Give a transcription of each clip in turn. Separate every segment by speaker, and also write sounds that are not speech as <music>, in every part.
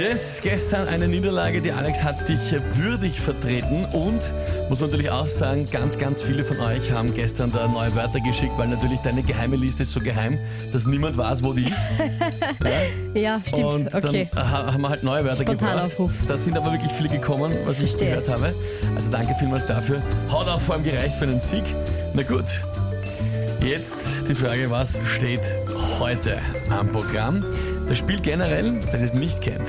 Speaker 1: Yes, gestern eine Niederlage. Die Alex hat dich würdig vertreten und muss natürlich auch sagen, ganz, ganz viele von euch haben gestern da neue Wörter geschickt, weil natürlich deine geheime Liste ist so geheim, dass niemand weiß, wo die ist.
Speaker 2: Ja, <laughs> stimmt.
Speaker 1: Und
Speaker 2: okay.
Speaker 1: dann ha- haben wir halt neue Wörter
Speaker 2: Spontanaufruf.
Speaker 1: gebracht. Da sind aber wirklich viele gekommen, was ich
Speaker 2: Verstehe.
Speaker 1: gehört habe. Also danke vielmals dafür. Hat auch vor allem gereicht für einen Sieg. Na gut. Jetzt die Frage, was steht heute am Programm? Das Spiel generell, das ihr es nicht kennt,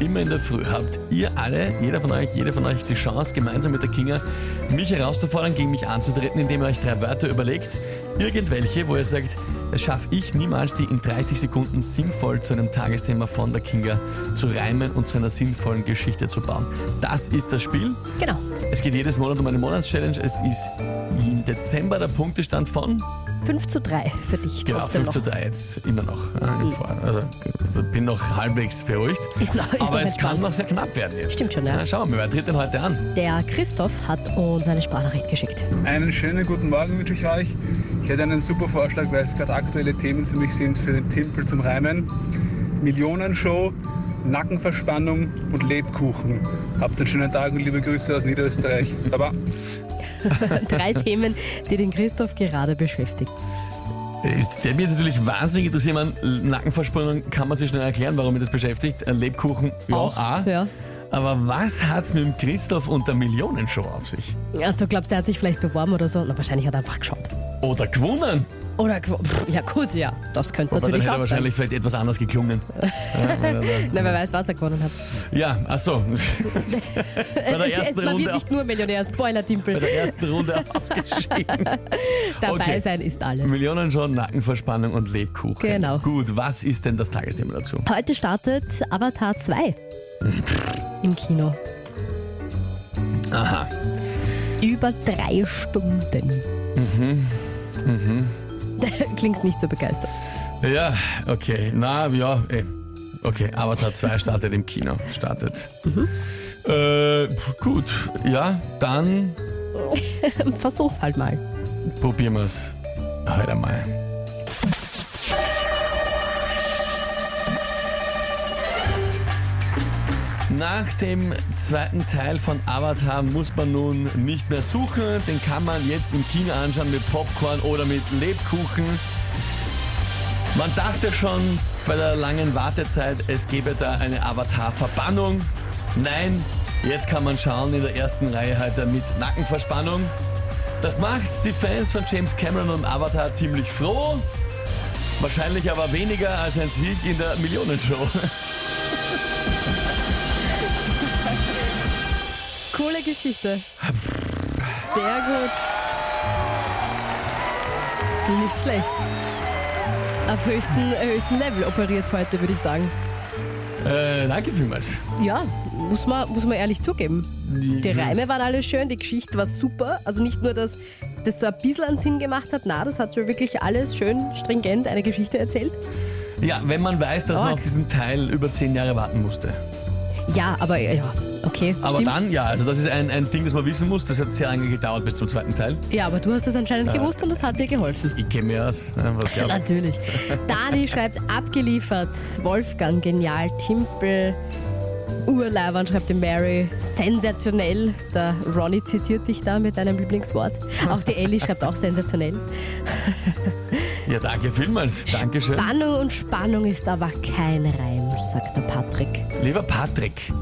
Speaker 1: immer in der Früh habt ihr alle, jeder von euch, jede von euch die Chance, gemeinsam mit der Kinga mich herauszufordern, gegen mich anzutreten, indem ihr euch drei Wörter überlegt. Irgendwelche, wo ihr sagt, das schaffe ich niemals, die in 30 Sekunden sinnvoll zu einem Tagesthema von der Kinga zu reimen und zu einer sinnvollen Geschichte zu bauen. Das ist das Spiel.
Speaker 2: Genau.
Speaker 1: Es geht jedes Monat um eine Monatschallenge. Es ist im Dezember der Punktestand von
Speaker 2: 5 zu 3 für dich
Speaker 1: Genau,
Speaker 2: trotzdem
Speaker 1: 5
Speaker 2: noch. Ah,
Speaker 1: zu 3 jetzt, immer noch. ja, im Vor- Also also bin noch halbwegs beruhigt.
Speaker 2: Ist noch- ist
Speaker 1: Aber
Speaker 2: noch
Speaker 1: es kann
Speaker 2: entspannt.
Speaker 1: noch sehr knapp werden jetzt.
Speaker 2: Stimmt schon, ja.
Speaker 1: schauen wir mal, wer tritt denn heute an?
Speaker 2: Der Christoph hat uns eine Sprachnachricht
Speaker 1: <laughs>
Speaker 2: geschickt.
Speaker 3: Einen schönen guten Morgen wünsche ich euch. Ich hätte einen super Vorschlag, weil es gerade aktuelle Themen für mich sind für den Timpel zum Reimen. Millionenshow, Nackenverspannung und Lebkuchen. Habt einen schönen Tag und liebe Grüße aus Niederösterreich. Baba.
Speaker 2: Drei Themen, die den Christoph gerade beschäftigen.
Speaker 1: Ist- Der wird jetzt natürlich wahnsinnig interessieren. Man, Nackenverspannung kann man sich schnell erklären, warum mich das beschäftigt. Ein Lebkuchen, ja,
Speaker 2: Auch,
Speaker 1: ah.
Speaker 2: ja.
Speaker 1: Aber was hat's mit dem Christoph und der Millionenshow auf sich?
Speaker 2: Also glaubst du, er hat sich vielleicht beworben oder so? Na, wahrscheinlich hat er einfach geschaut.
Speaker 1: Oder gewonnen?
Speaker 2: Oder gew- pff, ja gut, ja, das könnte
Speaker 1: Wobei, dann hätte
Speaker 2: natürlich
Speaker 1: er
Speaker 2: auch sein.
Speaker 1: wahrscheinlich vielleicht etwas anders geklungen. ja, weil er da-
Speaker 2: Na, wer weiß, was er gewonnen hat.
Speaker 1: ja, ach so. <laughs> Bei der
Speaker 2: es, es,
Speaker 1: ersten
Speaker 2: man
Speaker 1: Runde
Speaker 2: wird nicht nur Millionär,
Speaker 1: bei
Speaker 2: Spoiler-Timpel.
Speaker 1: der ersten
Speaker 2: <laughs>
Speaker 1: Runde ausgeschieden.
Speaker 2: Dabei
Speaker 1: okay.
Speaker 2: sein ist alles.
Speaker 1: Millionen schon, Nackenverspannung und Lebkuchen.
Speaker 2: Genau.
Speaker 1: Gut, was ist denn das Tagesthema dazu?
Speaker 2: Heute startet Avatar 2 im Kino.
Speaker 1: Aha.
Speaker 2: Über drei Stunden. Mhm. <laughs> Klingst nicht so begeistert.
Speaker 1: Ja, okay. Na, ja, eh. Okay, Avatar 2 startet im Kino. Startet. Äh, pf, gut, ja, dann
Speaker 2: Versuch's halt mal.
Speaker 1: probieren wir es heute mal. Nach dem zweiten Teil von Avatar muss man nun nicht mehr suchen. Den kann man jetzt im Kino anschauen mit Popcorn oder mit Lebkuchen. Man dachte schon bei der langen Wartezeit, es gäbe da eine Avatar-Verbannung. Nein, jetzt kann man schauen in der ersten Reihe heute mit Nackenverspannung. Das macht die Fans von James Cameron und Avatar ziemlich froh. Wahrscheinlich aber weniger als ein Sieg in der Millionenshow.
Speaker 2: Coole Geschichte. Sehr gut. Nicht schlecht. Auf höchsten, höchsten Level operiert heute, würde ich sagen.
Speaker 1: Äh, danke vielmals.
Speaker 2: Ja, muss man, muss man ehrlich zugeben. Die Reime waren alle schön, die Geschichte war super. Also nicht nur, dass das so ein bisschen an Sinn gemacht hat, na, das hat schon wirklich alles schön stringent eine Geschichte erzählt.
Speaker 1: Ja, wenn man weiß, dass man
Speaker 2: Stark.
Speaker 1: auf diesen Teil über zehn Jahre warten musste.
Speaker 2: Ja, aber ja, okay.
Speaker 1: Aber
Speaker 2: stimmt.
Speaker 1: dann, ja, also das ist ein, ein Ding, das man wissen muss. Das hat sehr lange gedauert bis zum zweiten Teil.
Speaker 2: Ja, aber du hast das anscheinend gewusst und das hat
Speaker 1: <laughs>
Speaker 2: dir geholfen.
Speaker 1: Ich kenne mich aus. Ja, was
Speaker 2: <laughs>
Speaker 1: glaubst du?
Speaker 2: Natürlich. Dani schreibt abgeliefert. Wolfgang, genial. Timpel. Urleibern schreibt die Mary. Sensationell. Der Ronny zitiert dich da mit deinem Lieblingswort. Auch die Ellie schreibt auch sensationell.
Speaker 1: ja, danke vielmals. Dankeschön.
Speaker 2: Spannung und Spannung ist aber kein Reim, sagt der Patrick.
Speaker 1: Lieber
Speaker 2: <laughs>
Speaker 1: Patrick,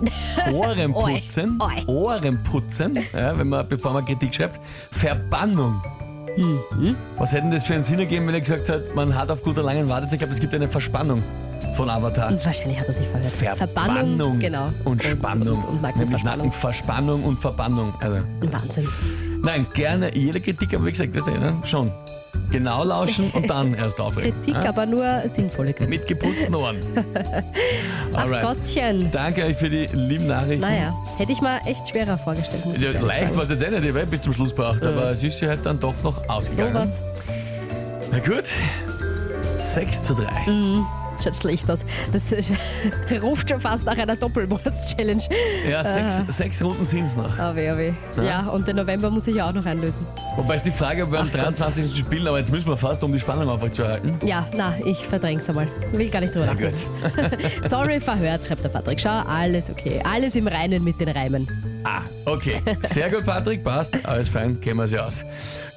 Speaker 1: Ohren
Speaker 2: Oi,
Speaker 1: putzen,
Speaker 2: oi.
Speaker 1: Ohren putzen, ja, wenn man, bevor man Kritik schreibt, Verbannung.
Speaker 2: Mhm.
Speaker 1: Was hätten das für einen Sinn ergeben, wenn er gesagt hat, man hat auf guter langen Wartezeit gehabt, es gibt eine Verspannung von Avatar.
Speaker 2: Und wahrscheinlich hat er sich verhört. Mhm. Verbannung. Genau.
Speaker 1: Und Spannung.
Speaker 2: Und, und, und
Speaker 1: Nämlich
Speaker 2: Nackenverspannung.
Speaker 1: Nackenverspannung und Verbannung. Also,
Speaker 2: Wahnsinn.
Speaker 1: nein, gerne jede Kritik, aber wie gesagt, weißt du, ne, schon. Genau lauschen und
Speaker 2: <laughs>
Speaker 1: dann erst aufregen.
Speaker 2: Kritik, aber nur sinnvolle Kritik.
Speaker 1: Mit geputzten Ohren.
Speaker 2: <laughs> Ach Gottchen.
Speaker 1: Danke euch für die lieben Nachrichten.
Speaker 2: Naja, hätte ich mal echt schwerer vorgestellt. Muss ich
Speaker 1: Ja,
Speaker 2: ehrlich
Speaker 1: leicht war
Speaker 2: sagen.
Speaker 1: es jetzt eh nicht, ich hab bis zum Schluss braucht, aber es ist ja halt dann doch noch
Speaker 2: So
Speaker 1: ausgegangen.
Speaker 2: was.
Speaker 1: Na gut, 6 zu 3.
Speaker 2: schaut schlecht aus. Das ist- <laughs> ruft schon fast nach einer Doppelmords-Challenge.
Speaker 1: Ja, sechs, sechs Runden sind es noch.
Speaker 2: Oh weh, oh weh.
Speaker 1: Ja.
Speaker 2: Ja. und den November muss ich ja auch noch einlösen.
Speaker 1: Wobei ist die Frage, ob wir am 23. spielen, aber jetzt müssen wir fast, um die Spannung aufrechtzuerhalten.
Speaker 2: Ja, na, ich verdräng's einmal. Will gar nicht drüber
Speaker 1: Na
Speaker 2: nachdenken. Sorry, verhört, schreibt der Patrick. Schau, alles okay. Alles im Reinen mit den Reimen.
Speaker 1: Ah, okay. Sehr gut, Patrick, passt. Alles fein, gehen wir sie aus.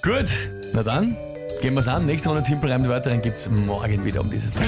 Speaker 1: Gut, na dann, gehen wir es an. Nächste Runde Timpelreim, die weiteren gibt es morgen wieder um diese Zeit.